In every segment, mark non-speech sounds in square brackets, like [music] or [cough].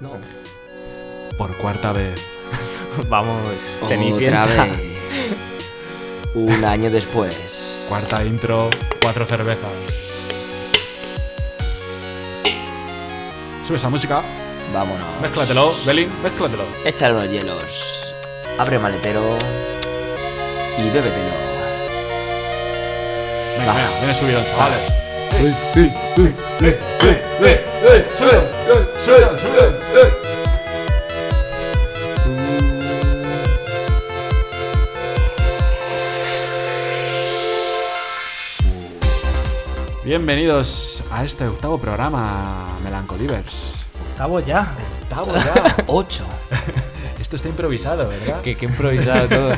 No. Por cuarta vez. Vamos, Cenicienta. Otra vez. Un año después. Cuarta intro, cuatro cervezas. Sube esa música. Vámonos. Mézclatelo, Belín, mézclatelo. Échale unos hielos. Abre maletero. Y bébetelo. Venga, Va. venga, viene subido el chaval. Bienvenidos a este octavo programa, Melancolivers. Octavo ya. [laughs] Octavo ya. Ocho. Esto está improvisado, ¿verdad? Que, que improvisado todo.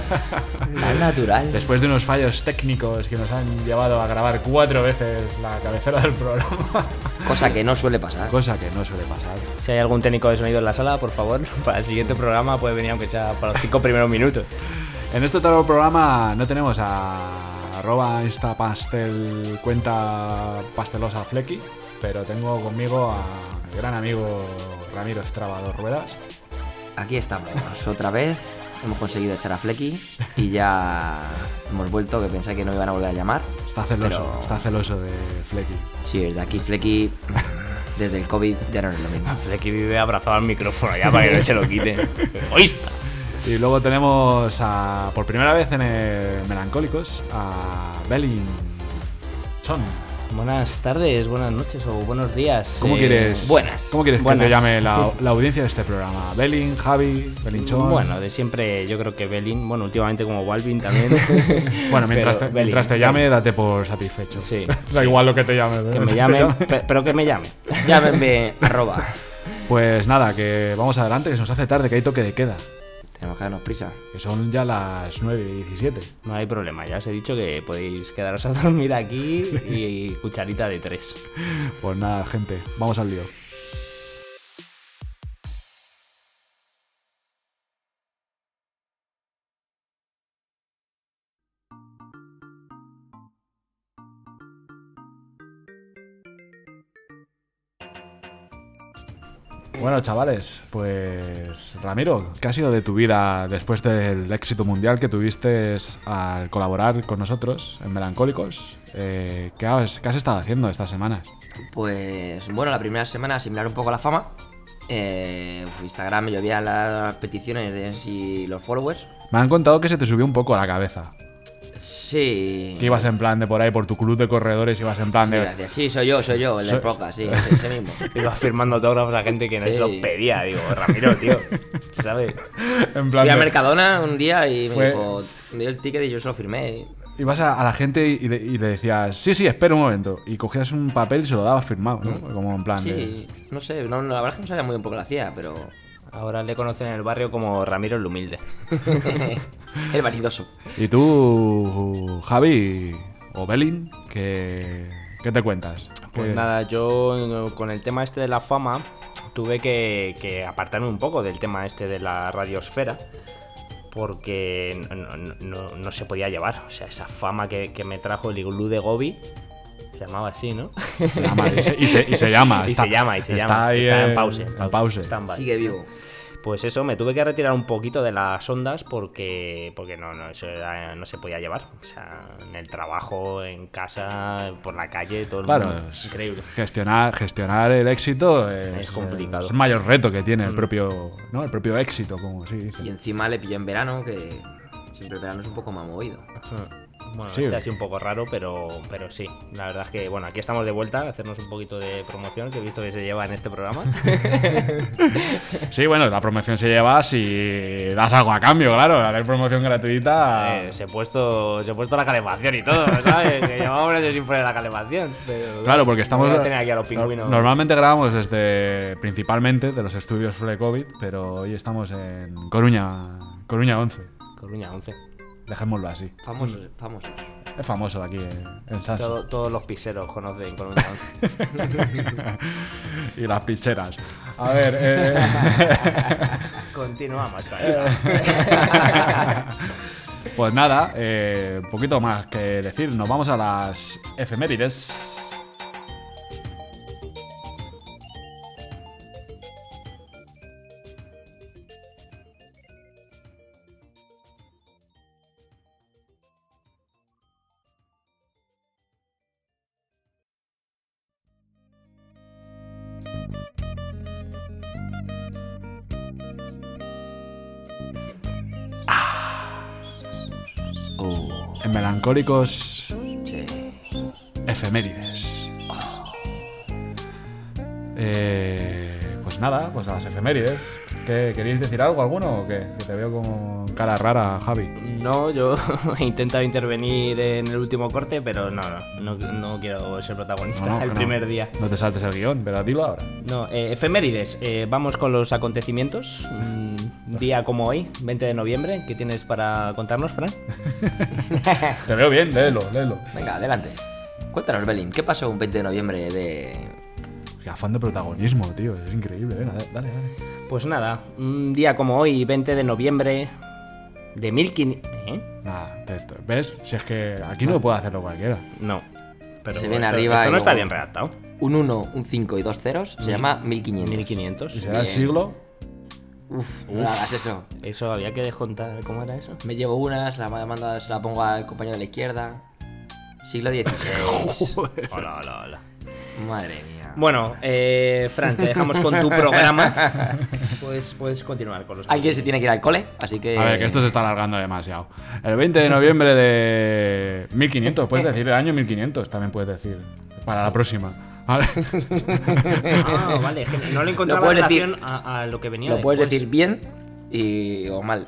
Tan natural. Después de unos fallos técnicos que nos han llevado a grabar cuatro veces la cabecera del [laughs] programa. Cosa que no suele pasar. Cosa que no suele pasar. Si hay algún técnico de sonido en la sala, por favor, [laughs] para el siguiente programa puede venir aunque sea para los cinco primeros minutos. En este otro programa no tenemos a arroba esta pastel cuenta pastelosa flequi, pero tengo conmigo a mi gran amigo Ramiro Estrada dos Ruedas. Aquí estamos. Otra vez. Hemos conseguido echar a Flecky. Y ya hemos vuelto. Que pensé que no me iban a volver a llamar. Está celoso, Pero- está celoso de flequi. Sí, desde aquí Flecky. Desde el COVID ya no es lo mismo. Flecky vive abrazado al micrófono ya para que no se lo quite. ¡Egoísta! Y luego tenemos a, por primera vez en el Melancólicos a Belin Chon. Buenas tardes, buenas noches o buenos días. ¿Cómo Eh, quieres, buenas, ¿cómo quieres buenas. que te llame [laughs] la, la audiencia de este programa? Belin, Javi, Belin Chon. Bueno, de siempre yo creo que Belin, bueno, últimamente como Balvin también. [laughs] Bueno, mientras, [laughs] Pero te, Belin, mientras te Belin. llame, date por satisfecho. Sí, [laughs] da sí. igual lo que te llame. ¿eh? [laughs] Que Mientras me te llame, llame. pe- pero que me [laughs] llame. Llámenme. Arroba. Pues nada, que vamos adelante, que se nos hace tarde, que hay toque de queda. Tenemos que darnos prisa. Que son ya las 9 y 17. No hay problema, ya os he dicho que podéis quedaros a dormir aquí y cucharita de tres. Pues nada, gente, vamos al lío. Bueno, chavales, pues Ramiro, ¿qué ha sido de tu vida después del éxito mundial que tuviste al colaborar con nosotros en Melancólicos? Eh, ¿qué, has, ¿Qué has estado haciendo estas semanas? Pues bueno, la primera semana similar un poco a la fama. Eh, uf, Instagram me llovía las peticiones de si los followers. Me han contado que se te subió un poco a la cabeza. Sí. Que ibas en plan de por ahí, por tu club de corredores, ibas en plan Sí, de... gracias. Sí, soy yo, soy yo, el de Soy- [laughs] Roca, sí, ese, ese mismo. Iba firmando autógrafos a gente que no se lo Sí. pedía. Digo, Ramiro, tío, ¿sabes? En plan Fui a de- Mercadona un día y me Fue- dijo, me dio el ticket y yo se lo firmé. ibas a, a la gente y le, y le decías, sí, sí, espera un momento. Y cogías un papel y se lo dabas firmado, ¿no? Mm. Como en plan de... Sí, no sé, no, no, la verdad es que no sabía muy bien por qué lo hacía, [laughs] pero. [laughs] Ahora le conocen en el barrio como Ramiro el Humilde. el vanidoso. Y tú, Javi o Belin, ¿qué, qué te cuentas? Pues ¿Qué- nada, yo eh, con el tema este de la fama tuve que, que apartarme un poco del tema este de la radiosfera porque no, no- no- no se podía llevar. O sea, esa fama que, que me trajo el iglú de Gobi se llamaba así, ¿no? Se llama, y, se, y se- y se llama. [laughs] y está- se llama, y se está llama. ahí está en pause. En pause. [laughs] stand-by. Sigue vivo. Pues eso, me tuve que retirar un poquito de las ondas porque, porque no, no, eso era- no se podía llevar. O sea, en el trabajo, en casa, por la calle, todo el mundo. Claro, es- Increíble. Gestionar, gestionar el éxito es, Es complicado. Mm. Es el mayor reto que tiene el propio, ¿no? el propio éxito, como se dice. Y encima le pilló en verano, que siempre el verano es un poco más movido. Bueno, Sí. este ha sido un poco raro, pero, pero sí. La verdad es que, bueno, aquí estamos de vuelta a hacernos un poquito de promoción, que he visto que se lleva en este [laughs] programa. [laughs] Sí, bueno, la promoción se lleva si das algo a cambio, claro. Dar promoción gratuita. Eh, se, he puesto, se he puesto la calefacción y todo, ¿sabes? que llevamos años sin poner la calefacción. pero Claro, porque estamos. Voy a tener aquí a los pingüinos. No- Normalmente grabamos desde. principalmente de los estudios Flecovid, pero hoy estamos en Coruña. Coruña 11. Coruña 11. Dejémoslo así. Famosos, famosos. Es famoso aquí en, en Sanse. Todo- todos los piseros conocen Coruña 11. [laughs] Y las picheras. A ver, eh, [laughs] [laughs] Continuamos. pues nada, eh, poquito más que decir. Nos vamos a las efemérides. Oh, en Melancólicos sí. Efemérides. Eh, pues nada, pues a las efemérides. ¿Qué, ¿Queréis decir algo alguno o qué? Que te veo con cara rara, Javi. No, yo [laughs] he intentado intervenir en el último corte, pero no, no, no, no quiero ser protagonista No, no, el que no. primer día. No te saltes el guión, pero dilo ahora. No, eh, efemérides, eh, vamos con los acontecimientos. Un día como hoy, 20 de noviembre, ¿qué tienes para contarnos, [laughs] Fran? Te veo bien, léelo, léelo. Venga, adelante. Cuéntanos, Belin, ¿qué pasó un 20 de noviembre de Qué afán de protagonismo, tío. Es increíble. Venga, da- dale, dale. Pues nada, un día como hoy, 20 de noviembre de 1500... ¿eh? Nada, te- te- ¿ves? Si es que aquí no puede hacerlo cualquiera. No. Pero Se ven esto, arriba esto y no está luego- bien redactado. un 1, un 5 y dos ceros? Se llama 1500. 1500. Y será el Bien. siglo. Uf, no hagas eso. Eso había que contar. ¿Cómo [laughs] era eso? Me llevo una, se la, mando, se la pongo al compañero de la izquierda. Siglo XVI. Hola, hola, hola. Madre mía. Bueno, eh, Fran, te dejamos con [laughs] tu programa. Pues puedes continuar con los. Alguien se tiene que ir al cole, así que. A ver, que esto se está alargando demasiado. El 20 de noviembre de 1500, puedes decir el año 1500, también puedes decir. Para la próxima. Vale. Ah, vale. que No le encontraba Lo puedes relación a, a lo que venía. Lo puedes después. decir bien y. o mal.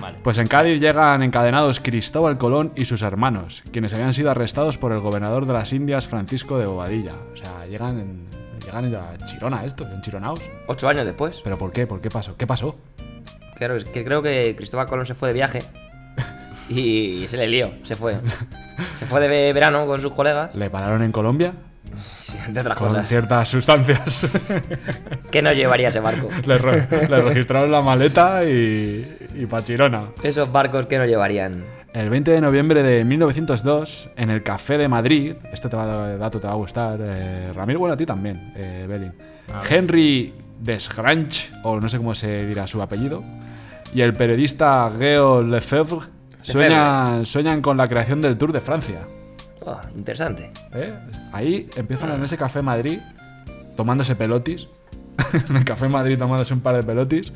Vale. Pues en Cádiz llegan encadenados Cristóbal Colón y sus hermanos, quienes habían sido arrestados por el gobernador de las Indias, Francisco de Bobadilla. O sea, llegan, en, llegan a Chirona estos, en Chironaos. Ocho años después. ¿Pero por qué? ¿Por qué pasó? ¿Qué pasó? Claro, es que creo que Cristóbal Colón se fue de viaje y se le lió, se fue. Se fue de ve- verano con sus colegas. ¿Le pararon en Colombia? Sí, entre otras Con cosas. ciertas sustancias. [laughs] ¿Qué no llevaría ese barco? les, re- les registraron la maleta y, y pa' Chirona. Esos barcos que no llevarían. El 20 de noviembre de 1902, en el Café de Madrid, este te va a- dato te va a gustar, eh, Ramiro, bueno, a ti también, eh, Belin. Henry Desgrange, o no sé cómo se dirá su apellido, y el periodista Geo Lefebvre sueñan, sueñan con la creación del Tour de Francia. Oh, interesante. ¿eh? Ahí empiezan en ese Café Madrid tomándose pelotis, [laughs] en el Café Madrid tomándose un par de pelotis.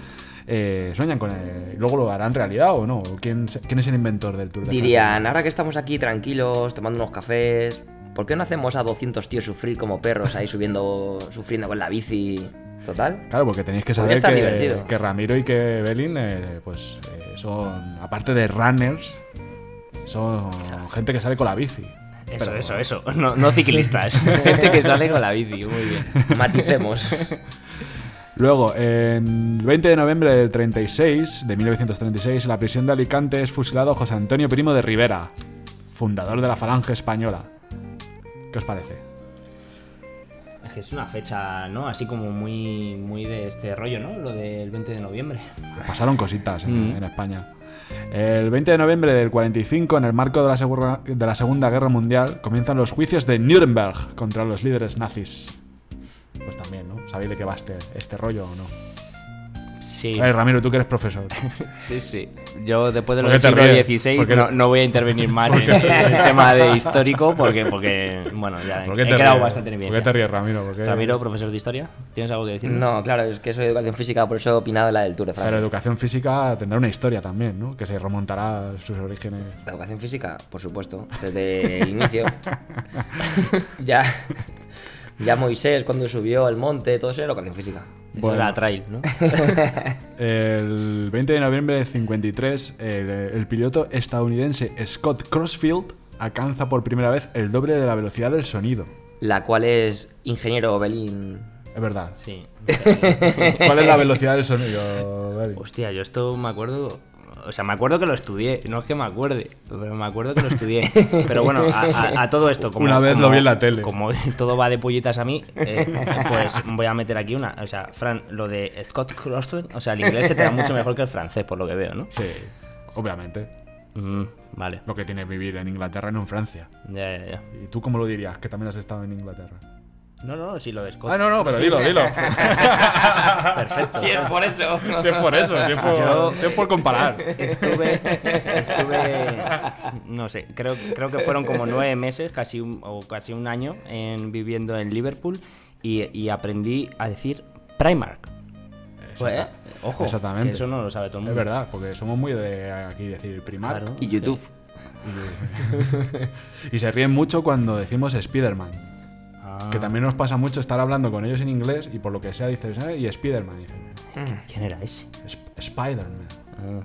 eh, sueñan con el- luego lo harán realidad o no ¿O quién, se- quién es el inventor del Tour de Francia? Dirían, ahora que estamos aquí tranquilos, tomando unos cafés, ¿por qué no hacemos a 200 tíos sufrir como perros ahí subiendo, sufriendo con la bici? [laughs] Total. Claro, porque tenéis que saber Podría estar que, divertido. que Ramiro y que Belin, eh, pues eh, son, aparte de runners, son gente que sale con la bici. Eso, eso, eso. No, no ciclistas. [laughs] Gente que sale con la bici. Muy bien. Maticemos. Luego, en el 20 de noviembre del 36, de 1936, en la prisión de Alicante es fusilado José Antonio Primo de Rivera, fundador de la Falange Española. ¿Qué os parece? Es que es una fecha, ¿no? Así como muy, muy de este rollo, ¿no? Lo del 20 de noviembre. Pasaron cositas Mm. en, en España. El 20 de noviembre del 45, en el marco de la, segurra- de la Segunda Guerra Mundial, comienzan los juicios de Nuremberg contra los líderes nazis. Pues también, ¿no? ¿Sabéis de qué va este, este rollo o no? Sí. A ver, Ramiro, tú que eres [laughs] profesor. Sí, sí. Yo después de ¿Por lo del qué te siglo ríes? XVI ¿Por qué no, te- no voy a intervenir más en el tema de histórico porque, porque bueno, ya ¿Por he qué te quedado ríes? bastante en ¿Por qué te evidencia. ríes, Ramiro? ¿Por qué? Ramiro, profesor de historia, ¿tienes algo que decir? No, claro, es que soy educación física, por eso he opinado en la del Tour de Pero Francia. educación física tendrá una historia también, ¿no? Que se remontará a sus orígenes. La educación física, por supuesto, desde el [laughs] inicio. ya, ya Moisés cuando subió al monte, todo eso era educación física. Eso Bueno. era trail, [laughs] ¿no? El 20 de noviembre de 53, el, el piloto estadounidense Scott Crossfield alcanza por primera vez el doble de la velocidad del sonido. La cual es ingeniero Belín. Es verdad. Sí. ¿Cuál es la velocidad del sonido, Gaby? Hostia, yo esto me acuerdo. O sea, me acuerdo que lo estudié. No es que me acuerde, pero me acuerdo que [laughs] lo estudié. Pero bueno, a, a- a todo esto. Como, Una vez como- lo vi en la tele. Como [laughs] todo va de pollitas a mí, eh, pues voy a meter aquí una. O sea, Fran, lo de Scott Croston. O sea, el inglés se te da mucho mejor que el francés, por lo que veo, ¿no? Sí, obviamente. Mm, vale. Lo que tiene vivir en Inglaterra, no en Francia. Ya, ya, ya. ¿Y tú cómo lo dirías? Que también has estado en Inglaterra. No, no, sí, lo de Scott. Ah, no, no, pero dilo, [laughs] dilo. [laughs] Perfecto. Sí, es por eso. Si es por eso, si es por, Yo- si es por comparar. [laughs] Estuve, estuve, no sé, creo, creo que fueron como nueve meses, casi un, o casi un año, en, viviendo en Liverpool y, y aprendí a decir Primark. Pues, ojo, Exactamente. que eso no lo sabe todo el Es mundo. verdad, porque somos muy de aquí decir primar. Claro. Y YouTube. y se ríen mucho cuando decimos Spider-Man. Ah, Que también nos pasa mucho estar hablando con ellos en inglés y por lo que sea dices, "Ah, y Spider-Man. Y dicen, ¿Quién era ese? "Sp- Spider-Man. ¿eh?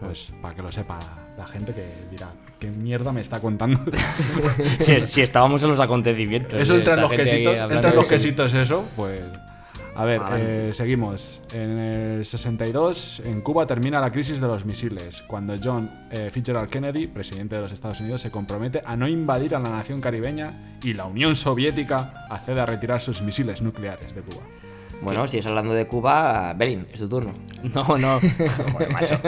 Pues para que lo sepa la gente que dirá, ¿qué mierda me está contando? Si, si estábamos en los acontecimientos. Eso de entra en esta los gente aquí quesitos. Entra hablando en los de- quesitos eso, pues. A ver, Adelante. eh, seguimos. En el 62, en Cuba termina la crisis de los misiles, cuando John eh, Fitzgerald Kennedy, presidente de los Estados Unidos, se compromete a no invadir a la nación caribeña y la Unión Soviética accede a retirar sus misiles nucleares de Cuba. Bueno, si es hablando de Cuba, Belin, es tu turno. [laughs] No, [laughs] no. Joder, macho.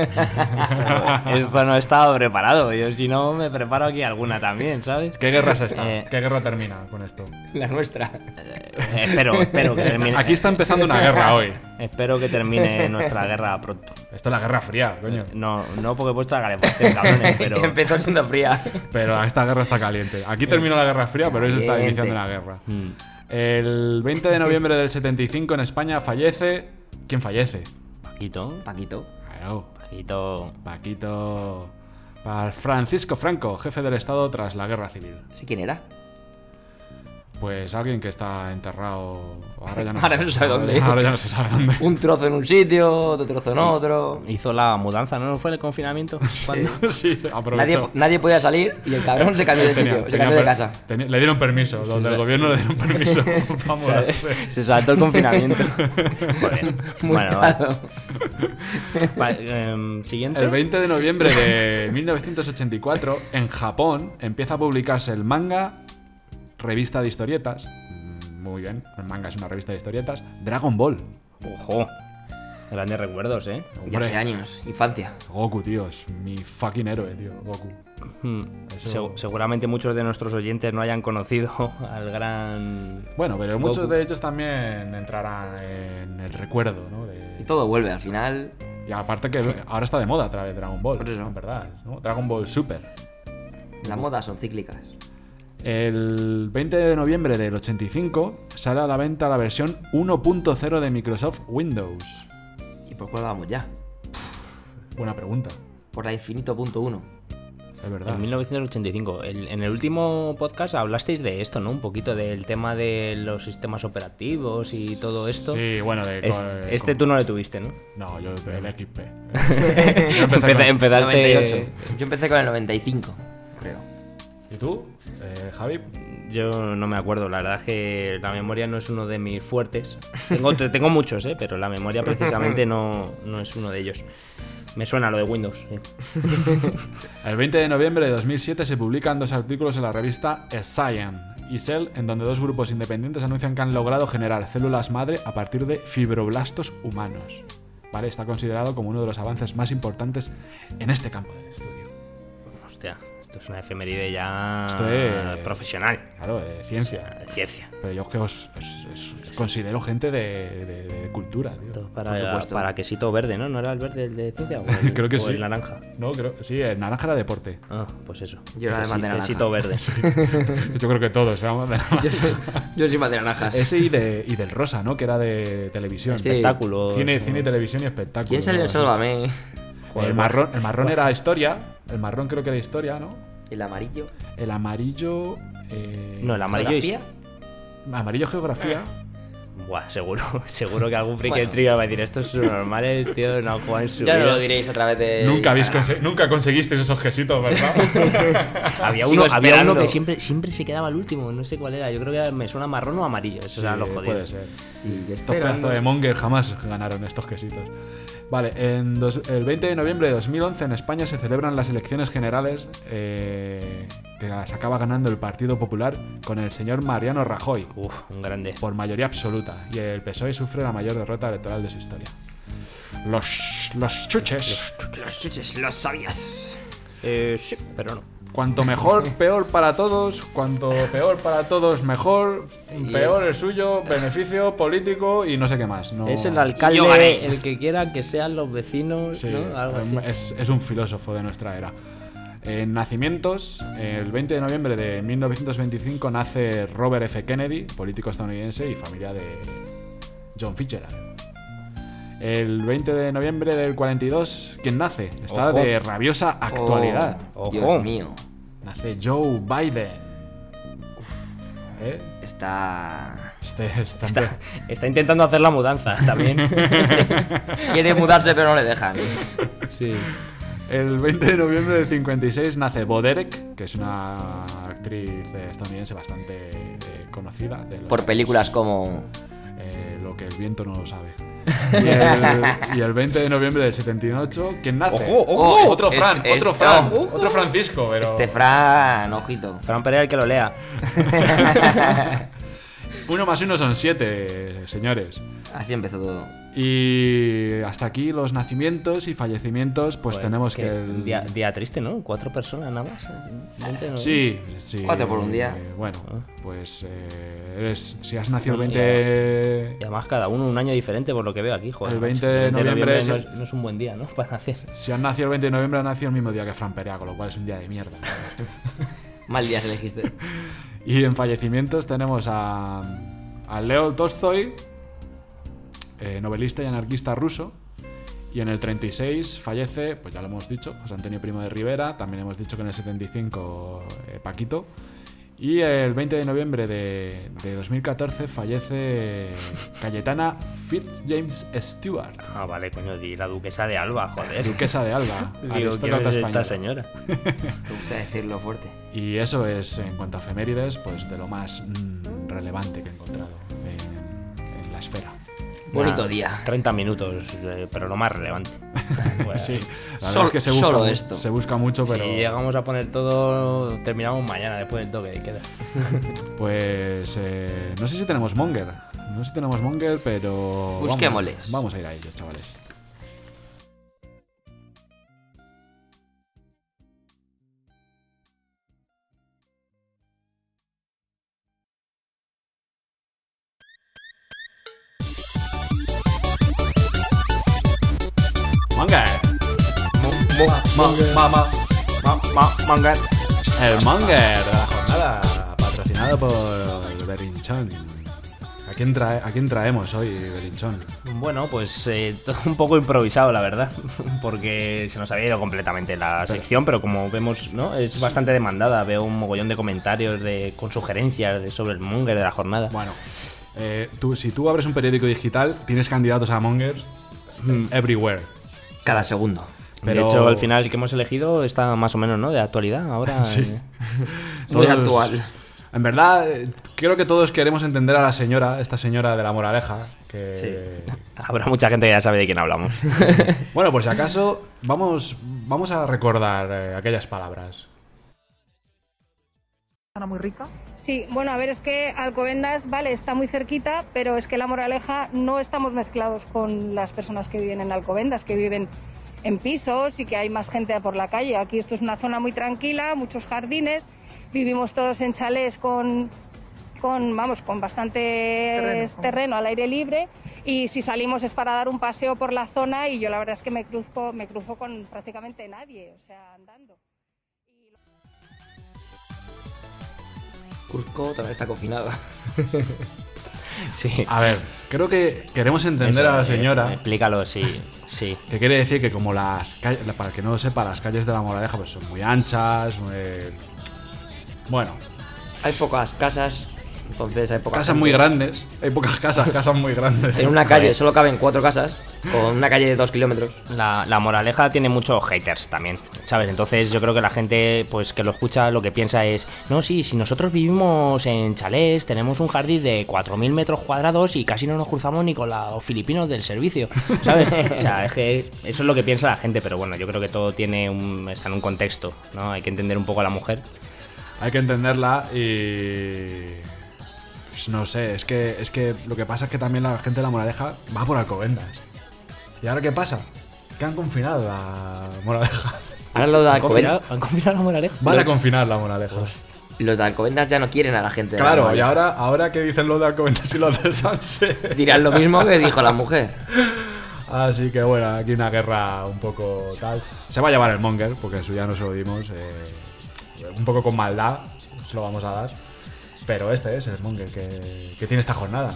Esto no estaba preparado. Yo, si no, me preparo aquí alguna también, ¿sabes? ¿Qué guerra es esta? Eh. ¿Qué guerra termina con esto? La nuestra. Eh, espero, espero que termine. Aquí está empezando una guerra hoy. Espero que termine nuestra guerra pronto. Esto es la Guerra Fría, coño. No, no porque he puesto [laughs] la calefacción, cabrones, [laughs] pero. Empezó siendo fría. Pero esta guerra está caliente. Aquí terminó la Guerra Fría, pero eso está Caliente. iniciando la guerra. Mm. El 20 de noviembre del 75 en España fallece. ¿Quién fallece? Paquito, Paquito. Claro, Paquito. Paquito. Pa- Francisco Franco, jefe del Estado tras la guerra civil. ¿Sí quién era? Pues alguien que está enterrado. Ahora [laughs] ya no, Ahora no se sabe dónde. Ahora ya no se sabe [laughs] dónde. Un trozo en un sitio, otro trozo en otro. Hizo la mudanza, ¿no? ¿No fue el confinamiento? ¿Cuándo? [laughs] sí, Nadie, aprovechó. nadie podía salir y el cabrón se cambió de Tenía- sitio, se tenía cambió per- de casa. tenía- le dieron permiso, los del gobierno le dieron [laughs] permiso. Vamos a ver. Se saltó el confinamiento. [laughs] Pues, Joder. Bueno, Multado. vale. Pa- em, Siguiente. El 20 de noviembre de 1984, en Japón, empieza a publicarse el manga Revista de Historietas. Mm, Muy bien, el manga es una revista de historietas. Dragon Ball. Ojo. Grandes recuerdos, ¿eh? Ya Hombre, hace años, infancia. Goku, tío, es mi fucking héroe, tío. Goku. Hmm. Eso- Segu- seguramente muchos de nuestros oyentes no hayan conocido [laughs] al gran. Bueno, pero muchos Goku. de ellos también entrarán en el recuerdo, ¿no? De- Y todo vuelve al final. Y aparte que ahora está de moda otra vez Dragon Ball, Por eso. en verdad, ¿no? Dragon Ball Super. Las modas son cíclicas. El 20 de noviembre del 85 sale a la venta la versión 1.0 de Microsoft Windows. ¿Y por cuál vamos ya? Buena pregunta, Por la infinito punto uno. es verdad. En 1985. El- en el último podcast hablasteis de esto, ¿no? Un poquito del tema de los sistemas operativos y todo esto. Sí, bueno, de, Es- con- este con- tú no lo tuviste, ¿no? No, yo el XP. [laughs] Empe- con- empezaste. 98. Yo empecé con el 95, creo. ¿Y tú, eh, Javi? Yo no me acuerdo, la verdad es que la memoria no es uno de mis fuertes. Tengo, te- tengo muchos, ¿eh? pero [laughs] la memoria precisamente no, no es uno de ellos. Me suena lo de Windows. sí. El 20 de noviembre de 2007 se publican dos artículos en la revista Science y Cell, en donde dos grupos independientes anuncian que han logrado generar células madre a partir de fibroblastos humanos. Vale, está considerado como uno de los avances más importantes en este campo del estudio. Hostia, esto es una efeméride ya Esto es- profesional. Claro, de O ciencia. sea, de ciencia. Pero yo es que os, os- os considero gente de, de- de cultura, tío. Esto es Por para, supuesto. para quesito verde, ¿no? ¿No era el verde el de ciencia? O el, [laughs] Creo que o sí. el naranja. No, creo. Sí, el naranja era deporte. Ah, pues eso. Yo era de más de Quesi- naranja. [laughs] Quesito verde. Yo creo que todos. eh, éramos de naranja. Yo soy, yo soy más de naranjas. Ese y, de, y del rosa, ¿no? Que era de televisión. Sí. Espectáculo. Cine, cine, y televisión y espectáculo. ¿Quién salió en algo así. Sálvame? El marrón, el marrón era historia. El marrón creo que era historia, ¿no? El amarillo. El amarillo. eh, No, el amarillo y... ¿Geografía? Amarillo geografía. Buah, seguro, [laughs] seguro que algún friki Bueno. trío va a decir, estos son normales, tío, no juegan en su Ya no vida". lo diréis a través Eh, de. Nunca, ah. habéis conse- Instagram. nunca conseguisteis esos quesitos, ¿verdad? Había Sigo uno, había uno esperando. que siempre, siempre se quedaba el último, no sé cuál era. Yo creo que era- me suena marrón o amarillo. [laughs] Eso era [laughs] lo Sí, jodido. puede ser. Sí, que Estos esperando. pedazos de Monger jamás ganaron estos quesitos. Vale, en dos- el 20 de noviembre de 2011 en España se celebran las elecciones generales eh, que las acaba ganando el Partido Popular con el señor Mariano Rajoy Uf, un grande. por mayoría absoluta y el PSOE E sufre la mayor derrota electoral de su historia. Los, los chuches, Los chuches, los sabías. Eh, sí, pero no. cuanto mejor, peor para todos, cuanto peor para todos, mejor, peor el suyo, beneficio político y no sé qué más. No... Es el alcalde, yo gané. el que quiera que sean los vecinos, Sí, eh, ¿no? Algo así. es, es un filósofo de nuestra era. En nacimientos, el 20 de noviembre de 1925 nace Robert F. Kennedy, político estadounidense y familia de John Fitzgerald. El 20 de noviembre del 42, ¿quién nace? Está Ojo. de rabiosa actualidad. Oh, Ojo. Dios mío. Nace Joe Biden. ¿Eh? Está. Este, este- Está, está intentando hacer la mudanza también. Quiere mudarse, pero no le dejan. [laughs] sí. El 20 de noviembre del 56 nace Bo Derek, que es una actriz eh, estadounidense bastante eh, conocida. de los Por años, películas como. eh, lo que el viento no lo sabe. Y el, y el 20 de noviembre del 78, ¿quién nace? Ojo, ojo. otro Este- Fran, este- otro Fran, ojo. otro Francisco, pero... Este Fran, ojito. Fran Pereira el que lo lea. Uno más uno son siete, eh, señores. Así empezó todo. Y hasta aquí los nacimientos y fallecimientos, pues Joder, tenemos que... qué el- Día, día triste, ¿no? Cuatro personas nada más. eh, 20 de Sí, sí. Cuatro por un día. eh, bueno, Ah. pues eh, eres- si has nacido el Bueno, 20... Y además cada uno un año diferente por lo que veo aquí, joder. El macho. 20 de noviembre es no, el- es, no es un buen día, ¿no? [laughs] Para nacer. Si has nacido el 20 de noviembre, has nacido el mismo día que Fran Perea, con lo cual es un día de mierda. Mal día se elegiste. y en fallecimientos tenemos a, a Leo Tolstoy, eh, novelista y anarquista ruso. Y en el 36 fallece, pues ya lo hemos dicho, José Antonio Primo de Rivera. También hemos dicho que en el 75 eh, Paquito. Y el 20 de noviembre de, de 2014 fallece Cayetana Fitzjames Stewart, Ah, vale, coño, di la duquesa de Alba, joder. duquesa de Alba, Digo, ¿quién aristócrata es esta española. señora? Me gusta decirlo fuerte. Y eso es, en cuanto a efemérides, pues de lo más mm, relevante que he encontrado en, en la esfera. Bonito Nah, día. 30 minutos, eh, pero lo más [laughs] relevante. Pues, Sí, la verdad Sol- es que se busca, solo mu- esto. se busca mucho, pero Si llegamos a poner todo, terminamos mañana después del toque de queda. pues eh, no sé si tenemos Monger. No sé si tenemos Monger, pero... vamos- Busquémosles. Vamos a ir a ello, chavales. Monger. El Monger de la jornada, patrocinado por Berinchón. ¿A quién, trae- ¿A quién traemos hoy, Berinchón? Bueno, pues eh, [laughs] todo un poco improvisado, la verdad, [laughs] porque se nos había ido completamente la sección, pero como vemos, ¿no? Es bastante demandada. Veo un mogollón de comentarios de, con sugerencias de, sobre el monger de la jornada. Bueno, eh, tú, si tú abres un periódico digital, tienes candidatos a Mongers everywhere. Cada segundo. De pero- hecho, al final el que hemos elegido está más o menos, ¿no? De actualidad [laughs] ahora. eh. Muy Todos- actual. En verdad, eh, creo que todos queremos entender a la señora, esta señora de la moraleja, que... Habrá mucha gente que ya sabe de quién [laughs] hablamos. Bueno, pues si acaso, vamos, vamos a recordar eh, aquellas palabras. Zona muy rica. Sí, bueno, a ver, es que Alcobendas, vale, está muy cerquita, pero es que la moraleja no estamos mezclados con las personas que viven en Alcobendas, que viven en pisos y que hay más gente por la calle. Aquí esto es una zona muy tranquila, muchos jardines, vivimos todos en chalés con con vamos con bastante Terreno. terreno al aire libre y si salimos es para dar un paseo por la zona y yo la verdad es que me cruzo me cruzo con prácticamente nadie, o sea, andando. Cusco también está confinado. [laughs] Sí. A ver, creo que queremos entender a la Eso, eh, señora, explícalo, sí. Sí. que quiere decir que como las calles, para el que no lo sepa, las calles de la moraleja pues son muy anchas, eh, bueno, Hay pocas casas, entonces hay pocas casas muy grandes, hay pocas casas, [laughs] casas muy grandes. En una calle solo caben cuatro casas, con una calle de dos kilómetros. La, la moraleja tiene muchos haters también, ¿sabes? Entonces yo creo que la gente pues que lo escucha lo que piensa es, no, sí, si nosotros vivimos en chalés, tenemos un jardín de 4.000 metros cuadrados y casi no nos cruzamos ni con la- los filipinos del servicio, ¿sabes? [laughs] o sea, es que eso es lo que piensa la gente, pero bueno, yo creo que todo tiene un, está en un contexto, ¿no? Hay que entender un poco a la mujer. Hay que entenderla y. pues, no sé, es que, es que lo que pasa es que también la gente de la moraleja va por Alcobendas. ¿Y ahora qué pasa? Que han confinado la moraleja. Ahora lo de ¿Han confinado, Alcobendas, han confinado la moraleja? Van a confinar la moraleja. los de Alcobendas ya no quieren a la gente. de la Claro, y Alcobendas. ahora, ahora que dicen los de Alcobendas y los de Sanse. Dirán lo mismo que dijo la mujer. Así que bueno, aquí una guerra un poco tal. Se va a llevar el Monger, porque en su ya no se lo dimos. eh, un poco con maldad, se lo vamos a dar. Monger. Pero este es el Monger que, que tiene esta jornada.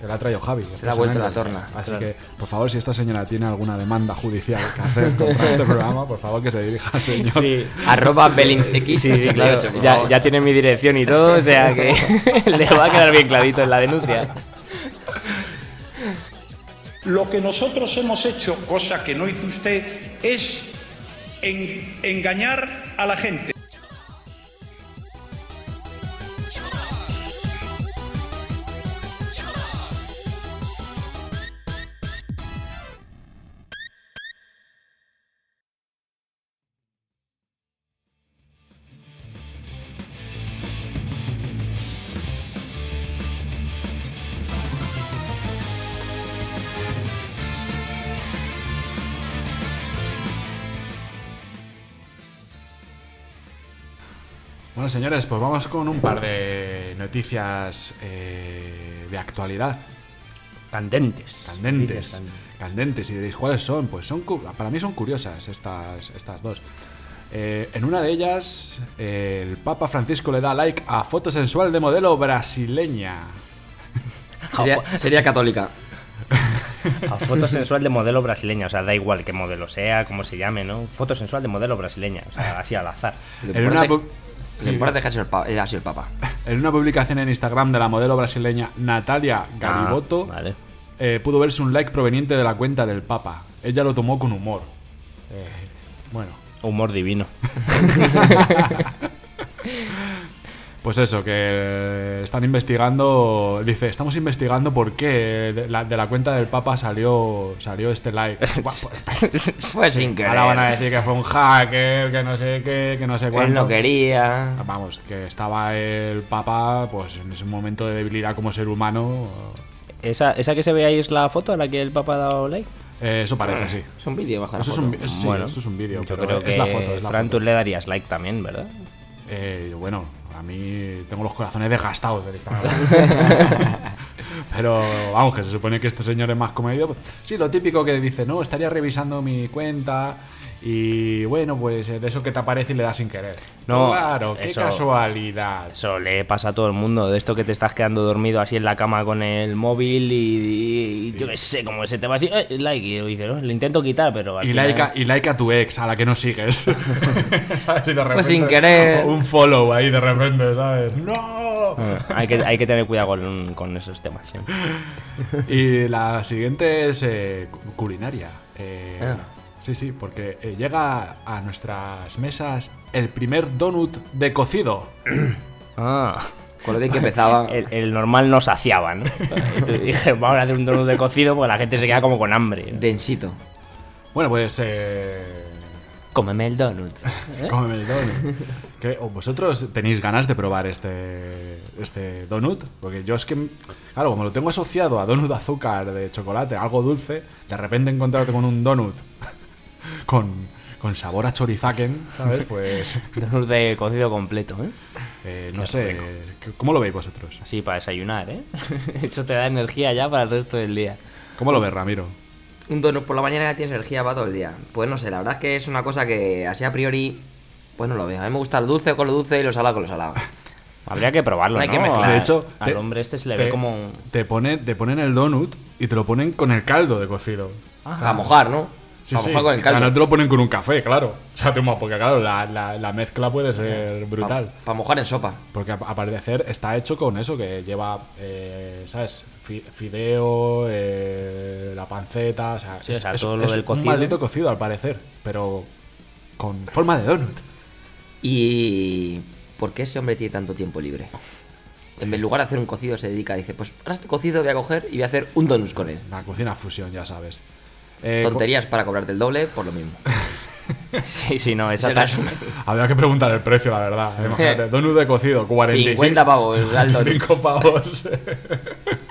Que la ha traído Javi. Hmm. Se la ha vuelto la personalmente. torna, Así claro. que, por favor, si esta señora tiene alguna demanda judicial que hacer [laughs] contra este programa, por favor que se dirija al señor. Sí. [laughs] Arroba BellinTX88. Sí, sí, claro. por Ya, favor. ya tiene mi dirección y todo, o sea que [laughs] le va a quedar bien clarito en la denuncia. Lo que nosotros hemos hecho, cosa que no hizo usted, es en- engañar a la gente. Bueno, señores, pues vamos con un par de noticias eh, de actualidad, Candentes. candentes. Noticias Candentes, y diréis, ¿cuáles son? Pues son cu- para mí son curiosas estas, estas dos. Eh, en una de ellas, eh, el Papa Francisco le da like a foto sensual de modelo brasileña. Sería, sería católica. A foto sensual de modelo brasileña, o sea, da igual qué modelo sea, cómo se llame, ¿no? Foto sensual de modelo brasileña, o sea, así al azar. Lo En una importante- pu- Lo importante es que ha sido el pa- ha sido [laughs] el Papa. En una publicación en Instagram de la modelo brasileña Natalia Gariboto, Ah, vale. eh, pudo verse un like proveniente de la cuenta del Papa. Ella lo tomó con humor. Eh, bueno, Humor divino. pues eso, que están investigando. Dice, estamos investigando por qué de la, de la cuenta del Papa salió, salió este [laughs] like. Buah, pues, Fue sin querer. Ahora van a decir que fue un hacker, que no sé qué, que no sé cuánto. Él no quería. Vamos, que estaba el Papa pues en ese momento de debilidad como ser humano. ¿Esa, ¿Esa que se ve ahí es la foto a la que el Papa ha dado like? eh, eso parece, sí. Es un vídeo bajo la Eso es, foto. un, vi- eso sí, eso es un vídeo, yo pero creo es que la foto. Es la Fran, foto. tú le darías like también, ¿verdad? Eh, bueno, a mí tengo los corazones desgastados del Instagram. [laughs] pero vamos, que se supone que este señor es más comedido. Sí, lo típico que dice, no, estaría revisando mi cuenta y bueno, pues eh, de eso que te aparece y le das sin querer. No, claro, qué eso- casualidad. Eso le pasa a todo el mundo, de esto que te estás quedando dormido así en la cama con el móvil y, y- y yo qué sé, como se te va así, eh, like, y dices, "Oh, lo intento quitar, pero... al Y final- like, a, y like a tu ex, a la que no sigues. [laughs] ¿Sabes? Y de repente, Pues sin querer. Un follow ahí de repente, ¿sabes? ¡No! [laughs] Hay que, hay que tener cuidado con, con esos temas. ¿eh? ¿sí? Y la siguiente es eh, cu- culinaria. Eh, Ah. Sí, sí, porque eh, llega a nuestras mesas el primer donut de cocido. Ah, Acordé [laughs] que empezaba. el, el normal nos saciaba, [laughs] ¿no? Entonces dije, vamos a hacer un donut de cocido porque la gente se queda como con hambre. ¿no? Densito. Bueno, pues... Eh, Cómeme el donut. cómeme el donut. ¿Qué? ¿O ¿Vosotros tenéis ganas de probar este, este donut? Porque yo es que, claro, como lo tengo asociado a donut de azúcar, de chocolate, algo dulce, de repente encontrarte con un donut [laughs] con, con sabor a chorizaken, ¿sabes? Pues... [laughs] Donut de cocido completo, ¿eh? Eh, no sé, ¿cómo lo veis vosotros? Así para desayunar, ¿eh? [laughs] Eso te da energía ya para el resto del día. ¿Cómo lo ves, Ramiro? Un donut por la mañana ya tienes energía para todo el día. Pues no sé, la verdad es que es una cosa que así a priori. Pues no lo veo. A mí me gusta el dulce con lo dulce y lo salado con lo salado. Habría que probarlo, Hay ¿no? que mezclar. de hecho, al te- hombre este se le te- ve como... un- [laughs] Te, pone, te ponen el donut y te lo ponen con el caldo de cocido. A mojar, ¿no? Ah. Sí, a sí. mojar con el O sea, caldo. no te lo ponen con un café, claro. O sea, tú mo- porque claro, la, la- la mezcla puede ser Para brutal. mojar en sopa. Porque a, a parecer está hecho con eso, que lleva, eh, ¿sabes? Fi- Fideo, eh, la panceta, o sea, Sí, o sea, todo lo del un cocido. maldito cocido al parecer, pero con forma de donut. ¿Y por qué ese hombre tiene tanto tiempo libre? En vez- en lugar de hacer un cocido, se dedica y dice: Pues ahora este cocido voy a coger y voy a hacer un donut con él. La cocina fusión, ya sabes. Eh, co- Tonterías para cobrarte el doble por lo mismo. Sí, sí, no, esa Ese ta- resumen. [laughs] Había que preguntar el precio, la verdad. ¿eh? Imagínate, donut de cocido, 45, 50 [laughs] pavos el donut. 45 pavos.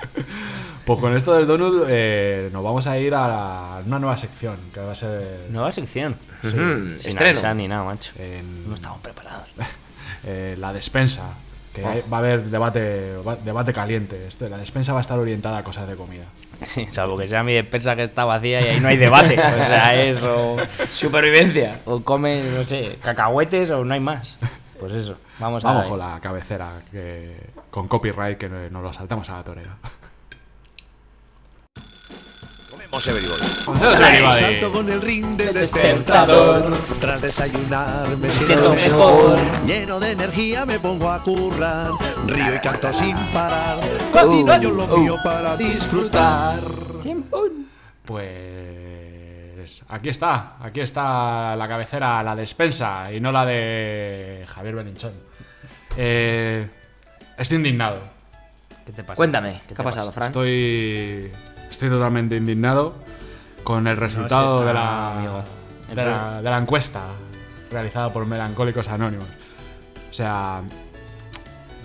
[laughs] pues con esto del donut eh, nos vamos a ir a la- una nueva sección que va a ser Nueva sección. Mm, Sin estreno. avisar ni nada, macho. en- No estamos preparados. [laughs] eh, la despensa. Que hay- va a haber debate, va- debate caliente. Esto, la despensa va a estar orientada a cosas de comida. Sí, salvo que sea mi despensa que está vacía y ahí no hay debate. O sea, es o supervivencia. O come, no sé, cacahuetes o no hay más. pues eso. Vamos, Vamos a con la cabecera que, con copyright que no- nos lo saltamos a la torera. Comemos Everybody. Salto con el ring del despertador. Tras desayunar me siento siento mejor. mejor. Lleno de energía me pongo a currar. Río y canto sin parar. Cocinallo lo Uh, mío para disfrutar. Pues aquí está, aquí está la cabecera, la despensa y no la de Javier Beninchón. Eh, estoy indignado, ¿Qué te pasa? Cuéntame, ¿Qué ¿qué, te ha pasado, Fran? estoy, estoy totalmente indignado con el resultado tan de, la, amigo. de, la, de la encuesta realizada por Melancólicos Anónimos. O sea,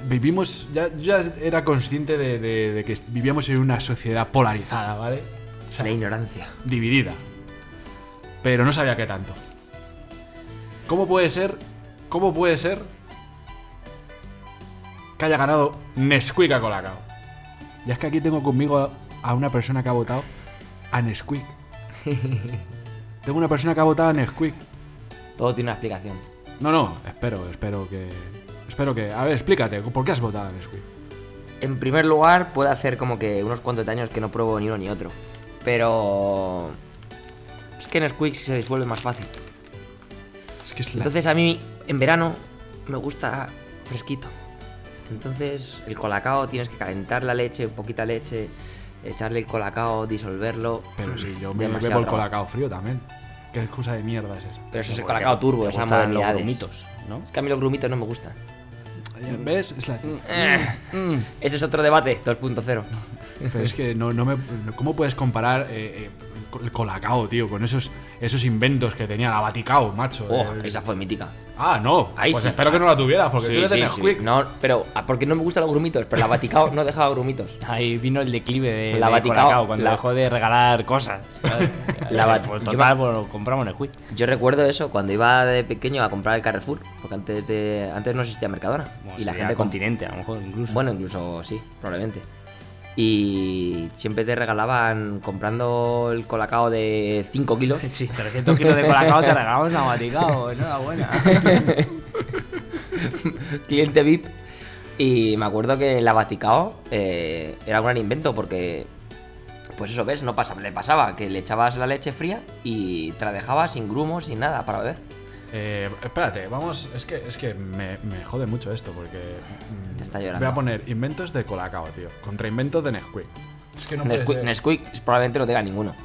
vivimos, ya, yo ya era consciente de, de- de que vivíamos en una sociedad polarizada, ¿vale? O sea, La ignorancia. dividida. Pero no sabía qué tanto. ¿Cómo puede ser? ¿Cómo puede ser que haya ganado Nesquik a Colacao? Y es que aquí tengo conmigo a- a una persona que ha votado a Nesquik. tengo una persona que ha votado a Nesquik. Todo tiene una explicación. No, no, espero, espero que. Espero que. A ver, explícate, ¿por qué has votado a Nesquik? En primer lugar, puede hacer como que unos cuantos años que no pruebo ni uno ni otro. Pero. Es que en Squeak se disuelve más fácil. Es que es la. Entonces a mí, en verano, me gusta fresquito. Entonces, el colacao tienes que calentar la leche, poquita leche, echarle el colacao, disolverlo. Pero sí, yo me Demasiado bebo el trabajo. Colacao frío también. ¿Qué excusa de mierda es esa? Pero eso es el Porque colacao te- turbo, te esa gustan los modalidad. grumitos, ¿no? Es que a mí los grumitos no me gustan. Eh, ¿Ves? Es la. mm. Mm, [laughs] Ese es otro debate, [laughs] 2.0. Pero es que no, no me. ¿Cómo puedes comparar eh, eh, el Colacao, tío, con esos, esos inventos que tenía la Vaticao, macho? Oh, El- esa fue mítica. Ah, no. Ahí pues sí. espero que no la tuvieras, porque Sí, tú eres de sí, Nesquik. sí. No, pero ah, porque no me gustan los grumitos, pero la Vaticao no dejaba grumitos. Ahí vino el declive de La de Vaticao, Colacao, cuando la- dejó de regalar cosas. La la Vat- Por yo total, pues, lo compramos en el Quick. Yo recuerdo eso cuando iba de pequeño a comprar el Carrefour, porque antes de antes no existía Mercadona Bueno, y la sería gente comp- continente, a lo mejor [laughs] incluso. Bueno, incluso sí, probablemente. Y siempre te regalaban comprando el colacao de [laughs] 5 kilos. sí, 300 kilos de Colacao te regalamos la Vaticao, [laughs] enhorabuena. cliente VIP. Y me acuerdo que la Vaticao eh, era un gran invento porque, pues eso ves, no pasaba, le pasaba que le echabas la leche fría y te la dejabas sin grumos, sin nada para beber. Eh, espérate, vamos. Es que, es que me, me jode mucho esto, porque. mm, Te está llorando. Voy a poner inventos de Colacao, tío. Contra inventos de Nesquik. Es que no puede Nesquik, ser. Nesquik probablemente no tenga ninguno.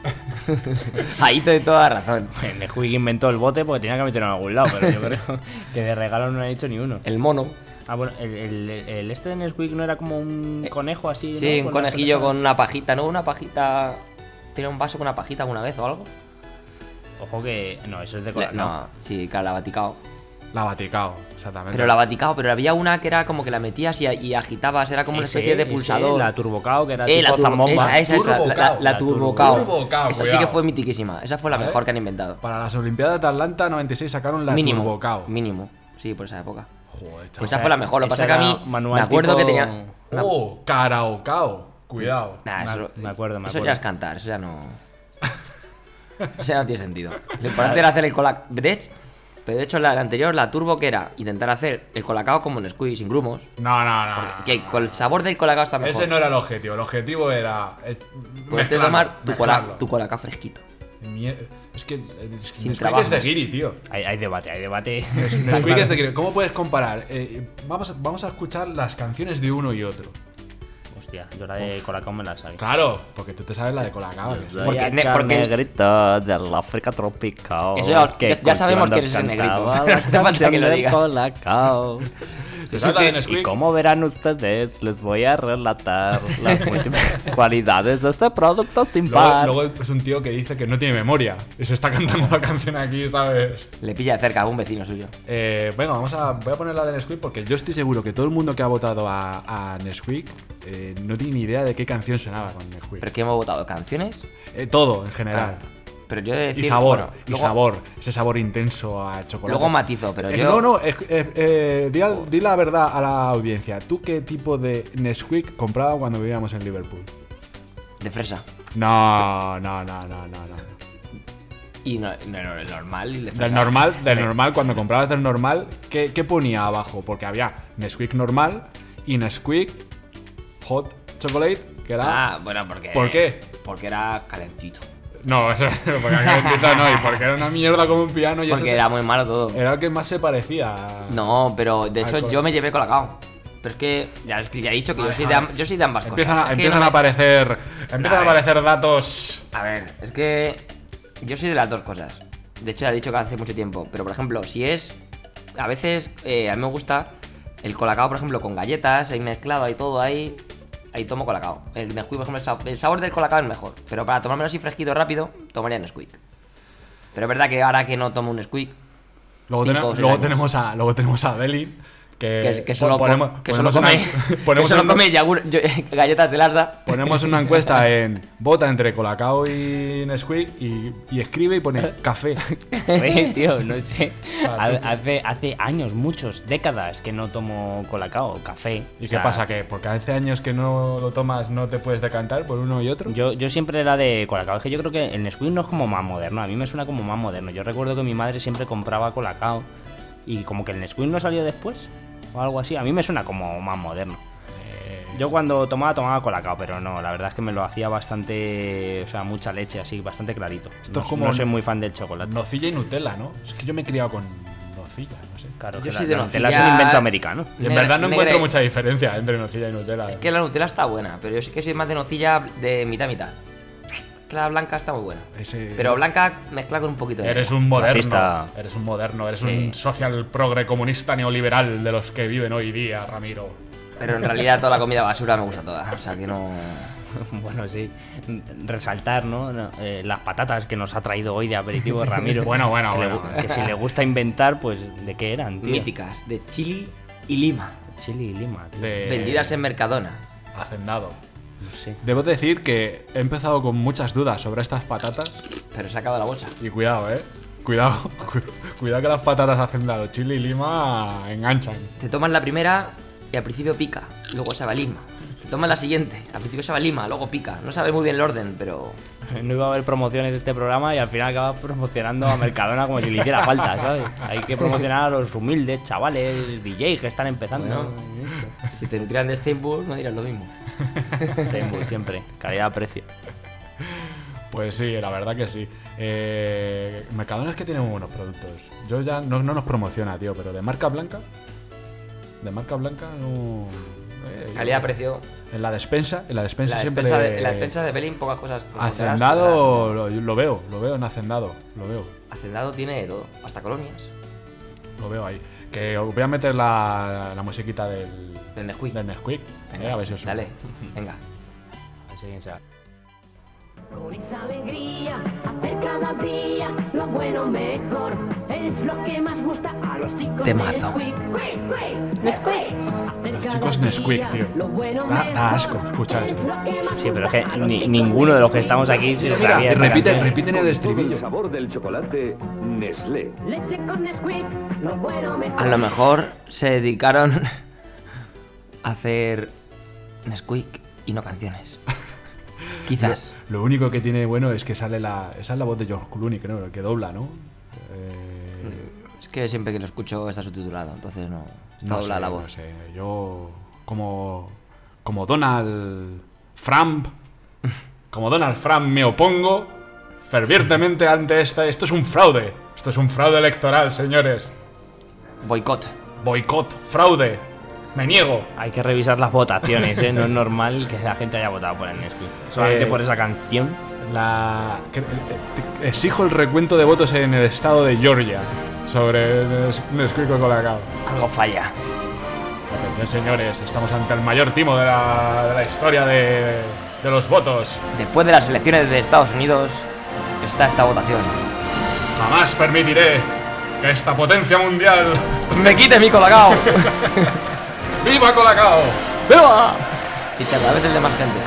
[laughs] Ahí te doy toda la razón. Pues El de Quick inventó el bote porque tenía que meterlo en algún lado, pero yo creo [laughs] que de regalo no ha hecho ni uno. El mono. Ah, bueno, el, el- el este de Nesquik no era como un Eh, conejo así. Sí, ¿no? un las conejillo orejas. con una pajita, ¿no? Una pajita. ¿Tiene un vaso con una pajita alguna vez o algo? Ojo que. No, eso es de Le- Colacao. No, sí, claro, la Vaticao. La Vaticao, exactamente. Pero la Vaticao, pero había una que era como que la metías y, y agitabas, era como una Ese, especie de ese, pulsador. la Turbocao, que era Eh, tipo la turbo, zambomba. esa, esa, esa, la, la, Turbocao. la La turbocao. turbocao, Esa sí cuidado. que fue mitiquísima. Esa fue la ¿Vale? mejor que han inventado. Para las Olimpiadas de Atlanta 96 sacaron la mínimo. Turbocao. Mínimo. Sí, por esa época. Joder, chaval. Pues esa fue la mejor. Lo que esa pasa que a era mí manual me acuerdo que tipo- tenía. una- Oh, Caraocao. Cuidado. Nah, Nah, eso, me acuerdo, me eso acuerdo. ya es cantar, eso ya no. [laughs] eso ya no tiene sentido. Lo importante era hacer el colacao. De hecho, pero de hecho la, la anterior, la turbo, que era intentar hacer el colacao como en Squid sin grumos. No, no, no. no, Que no, con el sabor del colacao está mejor. Ah. Ese no era el objetivo. El objetivo era. eh, Poderte mezclarlo, tomar tu, cola- mezclarlo. tu colacao fresquito. Mier- Es que. Es que Sin Nesquik trabajos. es de guiri, tío. Hay, hay debate, [laughs] hay debate. Nesquik es de guiri. ¿Cómo puedes comparar? Eh, vamos, a, vamos a escuchar las canciones de uno y otro. Hostia, yo la de Colacao me la sabía. Claro, porque tú te sabes la de Colacao. que sí. Porque- ne- porque- negrito del África tropical. Eso ya- ya- ya sabemos quién es ese cantaba negrito. la [laughs] No hace falta que lo canción de digas. [laughs] Colacao. ¿Te sabes la de Nesquik? Y como verán ustedes, les voy a relatar [laughs] las múltiples cualidades de este producto sin Luego, par. [laughs] luego es un tío que dice que no tiene memoria y se está cantando la canción aquí, ¿sabes? Le pilla de cerca a algún vecino suyo. Eh, venga, vamos a, voy a poner la de Nesquik porque yo estoy seguro que todo el mundo que ha votado a, a Nesquik eh, no tiene ni idea de qué canción sonaba con Nesquik. Pero que hemos votado canciones. Eh, todo, en general. Pero yo he de y Ah, decir, sabor, bueno, y luego- sabor. Ese sabor intenso a chocolate. Luego matizo, pero Eh, yo. No, no, eh, eh, eh, di, al- di la verdad a la audiencia. ¿Tú qué tipo de Nesquik compraba cuando vivíamos en Liverpool? De fresa. No, no, no, no, no, no. Y no, no, no, el normal. y el de Del fresa. normal, del Sí. normal, cuando comprabas del normal, ¿qué, qué ponía abajo? Porque había Nesquik normal y Nesquik Hot Chocolate, que era. Ah, bueno, porque. ¿Por qué? Porque era calentito. No, eso, [laughs] porque era calentito, no, y porque era una mierda como un piano y eso Porque se- era muy malo todo. era el que más se parecía. a- No, pero de hecho Alcohol. yo me llevé colacao. Pero es que ya, os- ya he dicho que yo soy, de, am- yo soy de ambas Empiezan, cosas. a, Es que empiezan no a me- aparecer. Empiezan a ver. aparecer datos. A ver, es que yo soy de las dos cosas. De hecho, ya he dicho que hace mucho tiempo. Pero, por ejemplo, si es... A veces eh, a mí me gusta el colacao, por ejemplo, con galletas, ahí mezclado, ahí todo, ahí... Ahí tomo colacao. El Nesquik, por ejemplo, el, sa- el sabor del colacao es mejor. Pero para tomármelo así fresquito rápido, tomaría Nesquik. Pero es verdad que ahora que no tomo un Nesquik... Luego, Cinco tene- o seis luego años. tenemos a, luego tenemos a Deli. Que, Que, que Eh, po- solo, ponemos- que solo ponemos come, una- [laughs] que ponemos solo una- come yogur- yo- [laughs] galletas de Larda. Ponemos una encuesta en vota entre Colacao y Nesquik y, y escribe y pone [laughs] café. Joder, tío, no sé. Ah, tú- Ha- Hace, hace años, muchos, décadas que no tomo colacao, café. ¿Y O qué sea, pasa? ¿Que porque hace años que no lo tomas no te puedes decantar por uno y otro? Yo, yo siempre era de colacao. Es que yo creo que el Nesquik no es como más moderno. A mí me suena como más moderno. Yo recuerdo que mi madre siempre compraba colacao y como que el Nesquik no salió después o algo así. A mí me suena como más moderno. Eh, Yo cuando tomaba, tomaba colacao, pero no, la verdad es que me lo hacía bastante, o sea, mucha leche, así, bastante clarito. Esto no, es como- no soy muy fan del chocolate. Nocilla y Nutella, ¿no? Es que yo me he criado con nocilla, no sé. Claro, Yo que la- soy de la Nutella es un nocilla- invento americano. Y en Negra- verdad no negra encuentro y- mucha diferencia entre nocilla y Nutella. Es que la Nutella está buena, pero yo sí que soy más de nocilla de mitad mitad. Es que la blanca está muy buena. Ese- Pero blanca mezcla con un poquito de. Eres negra. un moderno. Racista. Eres un moderno. Eres Sí. un social progre comunista neoliberal de los que viven hoy día, Ramiro. Pero en realidad toda la comida basura me gusta toda. O sea que no. [laughs] Bueno, sí. Resaltar, ¿no? No, eh, las patatas que nos ha traído hoy de aperitivo [laughs] Ramiro. Bueno, bueno, que le bueno. gu- que si le gusta inventar, pues, ¿de qué eran, tío? Míticas, de chili y lima. Chile y Lima, tío. De Vendidas en Mercadona. Hacendado. No sé. Debo decir que he empezado con muchas dudas sobre estas patatas. Pero se ha acabado la bolsa. Y cuidado, eh. Cuidado, [laughs] cu- cuidado que las patatas hacendado, chile y lima enganchan. Te tomas la primera y al principio pica, luego sabe a lima. Te tomas la siguiente, al principio sabe a lima, luego pica. No sabes muy bien el orden, pero. No iba a haber promociones de este programa y al final acabas promocionando a Mercadona como si le hiciera falta, ¿sabes? Hay que promocionar a los humildes, chavales, DJs que están empezando. Si te nutrían de Steinburg, no dirás lo mismo. Tengo Este siempre, calidad-precio. Pues sí, la verdad que sí. Eh, Mercadona es que tiene muy buenos productos. Yo ya no, no nos promociona, tío, pero de marca blanca. De marca blanca no. eh, Calidad-precio. En la despensa, en la despensa La siempre. despensa, de, la despensa de Pelín, pocas cosas. te encontrarás, Hacendado lo, lo veo, lo veo en Hacendado, lo veo, ¿verdad? Hacendado tiene de todo, hasta colonias. lo veo ahí. Que os voy a meter la, la musiquita del, Del Nesquik. del Nesquik. eh, a ver si os Dale, [laughs] venga. Así que, o sea, Con esa alegría, hacer cada día lo bueno mejor. Es lo que más gusta a los chicos. Temazo. Nesquik, Nesquik, Nesquik. Hacer cada chicos Nesquik, día tío. lo bueno Da- da mejor. asco escuchar esto. Es lo que más Sí, pero es gusta que a los ni- chicos ninguno de los que Nesquik. estamos aquí se sabía. esta canción. el El sabor del chocolate Nestlé. Leche con Nesquik, lo bueno mejor. A lo mejor se dedicaron [laughs] a hacer Nesquik y [laughs] no canciones. Quizás. Lo único que tiene bueno es que sale la. Esa es la voz de George Clooney, creo, el que dobla, ¿no? Eh, Es que siempre que lo escucho está subtitulado, entonces no. No sé, habla la voz. No sé. Yo. Como. Como Donald Trump. Como Donald Trump me opongo fervientemente ante esta. Esto es un fraude. Esto es un fraude electoral, señores. Boicot. Boicot, fraude. Me niego. Hay que revisar las votaciones, ¿eh? No es normal que la gente haya votado por el Nesquik. Solamente Eh, por esa canción. La. que- eh, te- Exijo el recuento de votos en el estado de Georgia sobre Nes- Nesquik con Colacao. Algo falla. Atención, señores, estamos ante el mayor timo de la, de la historia de, de los votos. Después de las elecciones de Estados Unidos está esta votación. Jamás permitiré que esta potencia mundial ¡Me quite mi colacao! [laughs] viva Colacao. ¡Viva! Y te vez el de más gente.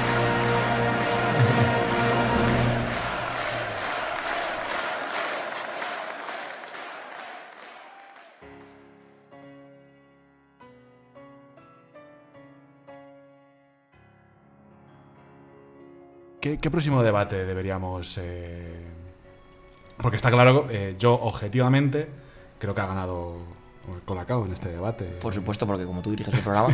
¿Qué, qué próximo debate deberíamos eh, Porque está claro, eh, yo objetivamente creo que ha ganado Colacao en este debate. Por supuesto, porque como tú diriges el programa,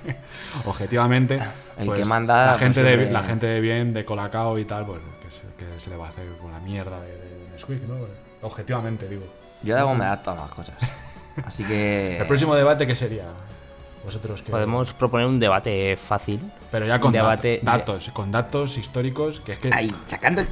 [laughs] objetivamente, El pues, que manda, la pues, gente, de, siempre- la gente de bien, de Colacao y tal, pues que se, que se le va a hacer con la mierda de, de, de Nesquik, ¿no? Objetivamente, digo. yo de algo me adapto a más cosas. Así que. El próximo debate, ¿qué sería? Vosotros que... Podemos proponer un debate fácil. Pero ya con un dat- debate- datos, con datos históricos, que es que... Ahí, sacando el,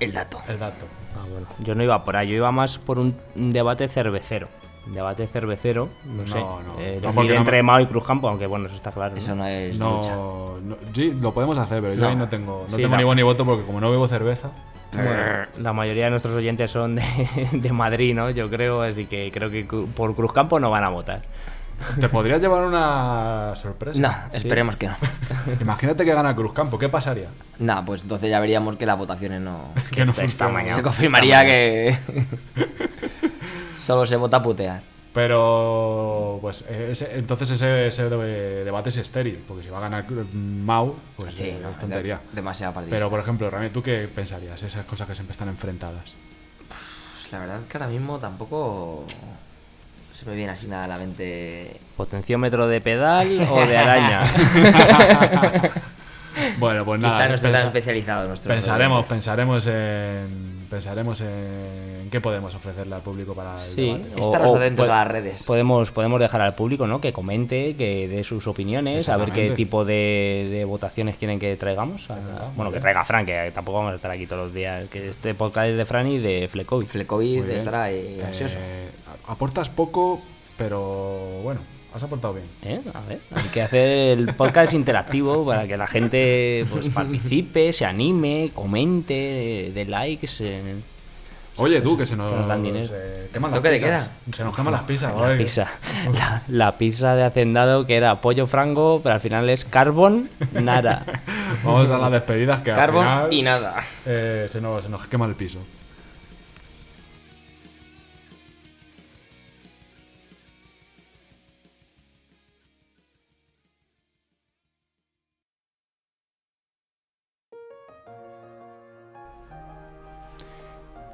el dato. El dato. Ah, bueno. Yo no iba por ahí, yo iba más por un un debate cervecero. Un Debate cervecero, no, No, sé. no. eh, No, elegir porque no- entre Mao y Cruz Campo, aunque bueno, eso está claro. ¿no? Eso no es lucha. No, no- sí, lo podemos hacer, pero yo No. ahí no tengo, no Sí, tengo la- ni voz ni voto porque como no bebo cerveza... Bueno, la mayoría de nuestros oyentes son de, [laughs] de Madrid, ¿no? Yo creo, así que creo que cu- por Cruz Campo no van a votar. Te podrías llevar una sorpresa. No, esperemos que no. [laughs] Imagínate que gana Cruzcampo, ¿qué pasaría? Nah, pues entonces ya veríamos que las [laughs] votaciones no. Que no Esta- esta funciona. mañana. Se confirmaría [laughs] que. [laughs] Solo se vota a putear. Pero, pues, eh, ese- entonces ese, ese de- debate es estéril, porque si va a ganar eh, Mau, pues eh, no, es tontería. de- demasiada partida. Pero, por ejemplo, Rami, ¿tú qué pensarías? Esas cosas que siempre están enfrentadas. la verdad es que ahora mismo tampoco. Se me viene así nada a la mente. ¿Potenciómetro de pedal o de araña? [laughs] [laughs] Bueno, pues Quizá nada. no esté tan pensa- especializado nuestro. pensaremos, pensaremos en. Pensaremos en qué podemos ofrecerle al público para el Sí. debate. Estar O- o atentos pues- puede- a las redes. Podemos, podemos dejar al público, ¿no? Que comente, que dé sus opiniones, a ver qué Exactamente. tipo de, de votaciones quieren que traigamos. a- verdad, muy bueno, que bien. traiga Fran, que tampoco vamos a estar aquí todos los días. Que este podcast es de Fran y de Flecovic. Flecovid Muy bien. estará ahí Eh, ansioso. aportas poco, pero bueno, has aportado bien. ¿Eh? A ver, hay que hacer el podcast interactivo para que la gente pues, participe, se anime, comente, dé likes. eh, Oye, tú, sí, que se nos, que nos dan dinero. eh, queman las ¿Toque de pizzas. Se nos queman las pizzas. la oye. pizza. La, la pizza de Hacendado que era pollo frango, pero al final es carbon nada. Vamos a las despedidas que Carbon al final, y nada. eh, se, nos, se nos quema el piso.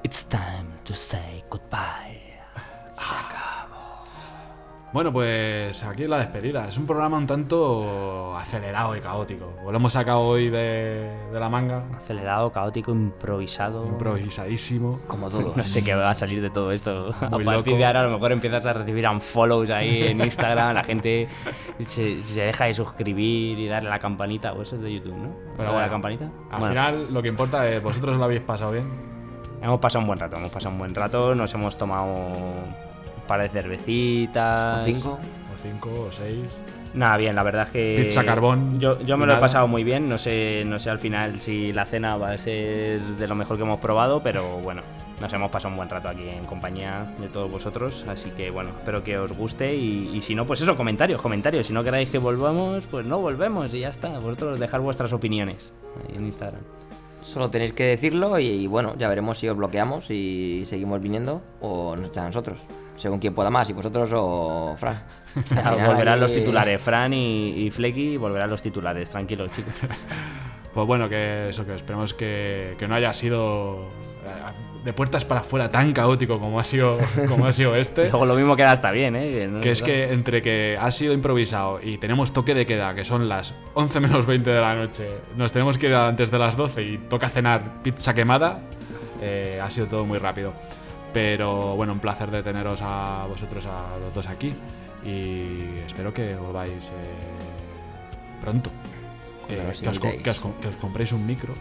It's time to say goodbye. Bueno, pues aquí la despedida. Es un programa un tanto acelerado y caótico. Lo hemos sacado hoy de, de la manga. Acelerado, caótico, improvisado. Improvisadísimo. [laughs] Como todos. no sé qué va a salir de todo esto. a Muy partir loco. de ahora a lo mejor empiezas a recibir unfollows ahí en Instagram, la gente se, se deja de suscribir y darle a la campanita, o eso es de YouTube, ¿no? Pero ¿Lo de bueno, la campanita. Al Bueno, final lo que importa es, vosotros lo habéis pasado bien. hemos pasado un buen rato, hemos pasado un buen rato, nos hemos tomado un par de cervecitas. O cinco. O cinco o seis. Nada, bien, la verdad es que. Pizza carbón, Yo, yo me y lo he nada. pasado muy bien. No sé, no sé al final si la cena va a ser de lo mejor que hemos probado, pero bueno, nos hemos pasado un buen rato aquí en compañía de todos vosotros. Así que bueno, espero que os guste. Y, y si no, pues eso, comentarios, comentarios. Si no queráis que volvamos, pues no volvemos y ya está. Vosotros dejar vuestras opiniones ahí en Instagram. Solo tenéis que decirlo y, bueno, ya veremos si os bloqueamos y seguimos viniendo o nos echan a nosotros. Según quien pueda más, si vosotros o [laughs] Fran. [laughs] Al final volverán aquí- los titulares, Fran y, y Flecky, volverán los titulares, tranquilos, chicos. Eh. Pues bueno, que eso, que esperemos que, que no haya sido eh, de puertas para afuera tan caótico como ha sido, [laughs] como ha sido Y este. [laughs] Luego lo mismo queda hasta bien, ¿eh? no- Que es que entre que ha sido improvisado y tenemos toque de queda, que son las 11 menos 20 de la noche, nos tenemos que ir antes de las 12 y toca cenar pizza quemada, eh, ha sido todo muy rápido. Pero bueno, un placer de teneros a vosotros, a los dos aquí y espero que volváis eh, pronto. Que- Cuando nos que, os, co- invitéis. que os co- que os compréis un micro,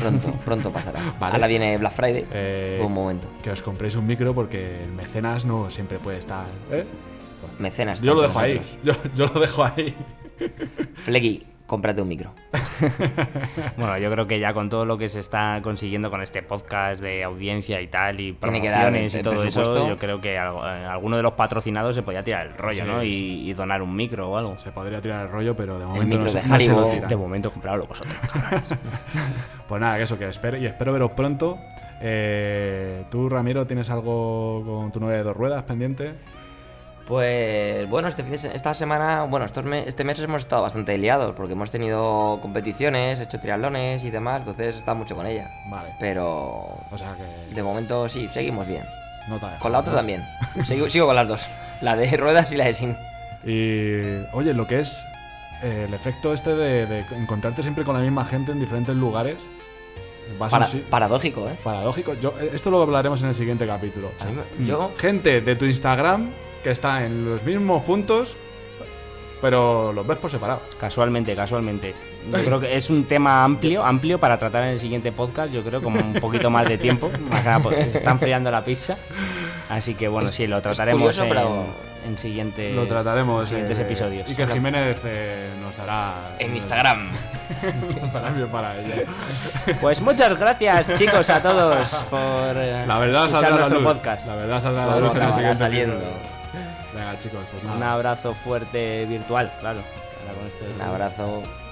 Pronto, pronto pasará. [laughs] Vale. Ahora viene Black Friday. Eh, Buen momento. que os compréis un micro porque el mecenas no siempre puede estar. ¿eh? Mecenas. Yo lo tanto dejo ahí, nosotros. yo, yo lo dejo ahí. Flecky, cómprate un micro. Bueno, yo creo que ya con todo lo que se está consiguiendo con este podcast de audiencia y tal, y Tiene que dar promociones el y todo presupuesto. eso, yo creo que algo- eh, alguno de los patrocinados se podía tirar el rollo, Sí, ¿no? Y- sí. Y, donar un micro o algo. Se podría tirar el rollo, pero de momento no, micro se, de no se lo Haribo. tira. De momento, comprarlo vosotros. Pues nada, que eso, que espero, y espero veros pronto. Eh, ¿Tú, Ramiro, tienes algo con tu novia de dos ruedas pendiente? Pues bueno, este fin de se- esta semana, bueno, estos me- este mes hemos estado bastante liados porque hemos tenido competiciones, hecho triatlones y demás, entonces está mucho con ella. Vale. Pero O sea que. de momento sí, seguimos bien. No te ha dejado, Con la otra ¿no? también. Sigo, sigo con las dos. La de ruedas y la de sin. Ah, Y oye, lo que es eh, el efecto este de, de encontrarte siempre con la misma gente en diferentes lugares. Vas a un Para- si- Paradójico, ¿eh? paradójico. Yo, eh, esto lo hablaremos en el siguiente capítulo. mm, A mí me- yo- Gente de tu Instagram que está en los mismos puntos, pero los ves por separado. Casualmente, casualmente. Yo creo que es un tema amplio, amplio para tratar en el siguiente podcast. Yo creo como un poquito más de tiempo. Más que nada porque se están enfriando la pizza. Así que bueno, sí, lo trataremos curioso, en, pero- en siguientes, Lo trataremos en siguientes eh, episodios. Y que Jiménez eh, nos dará. En Instagram. [laughs] Para mí o para ella. Pues muchas gracias, chicos, a todos por eh, La verdad escuchar saldrá a la nuestro luz. podcast. La verdad saldrá a la Todo luz en el acabará siguiente saliendo. episodio. Venga, chicos, pues Un nada. abrazo fuerte virtual, claro. Ahora con esto es- Un abrazo.